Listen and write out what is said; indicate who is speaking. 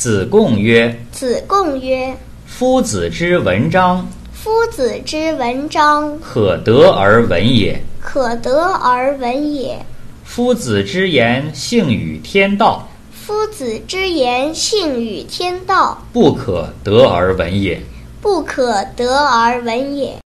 Speaker 1: 子贡曰
Speaker 2: 子贡曰：“
Speaker 1: 夫子之文章，：“
Speaker 2: 夫子之文章，
Speaker 1: 可得而闻也；
Speaker 2: 可得而闻也。
Speaker 1: 夫子之言，性与天道，
Speaker 2: 夫子之言，性与天道，
Speaker 1: 不可得而闻也。”
Speaker 2: 不可得而闻也。”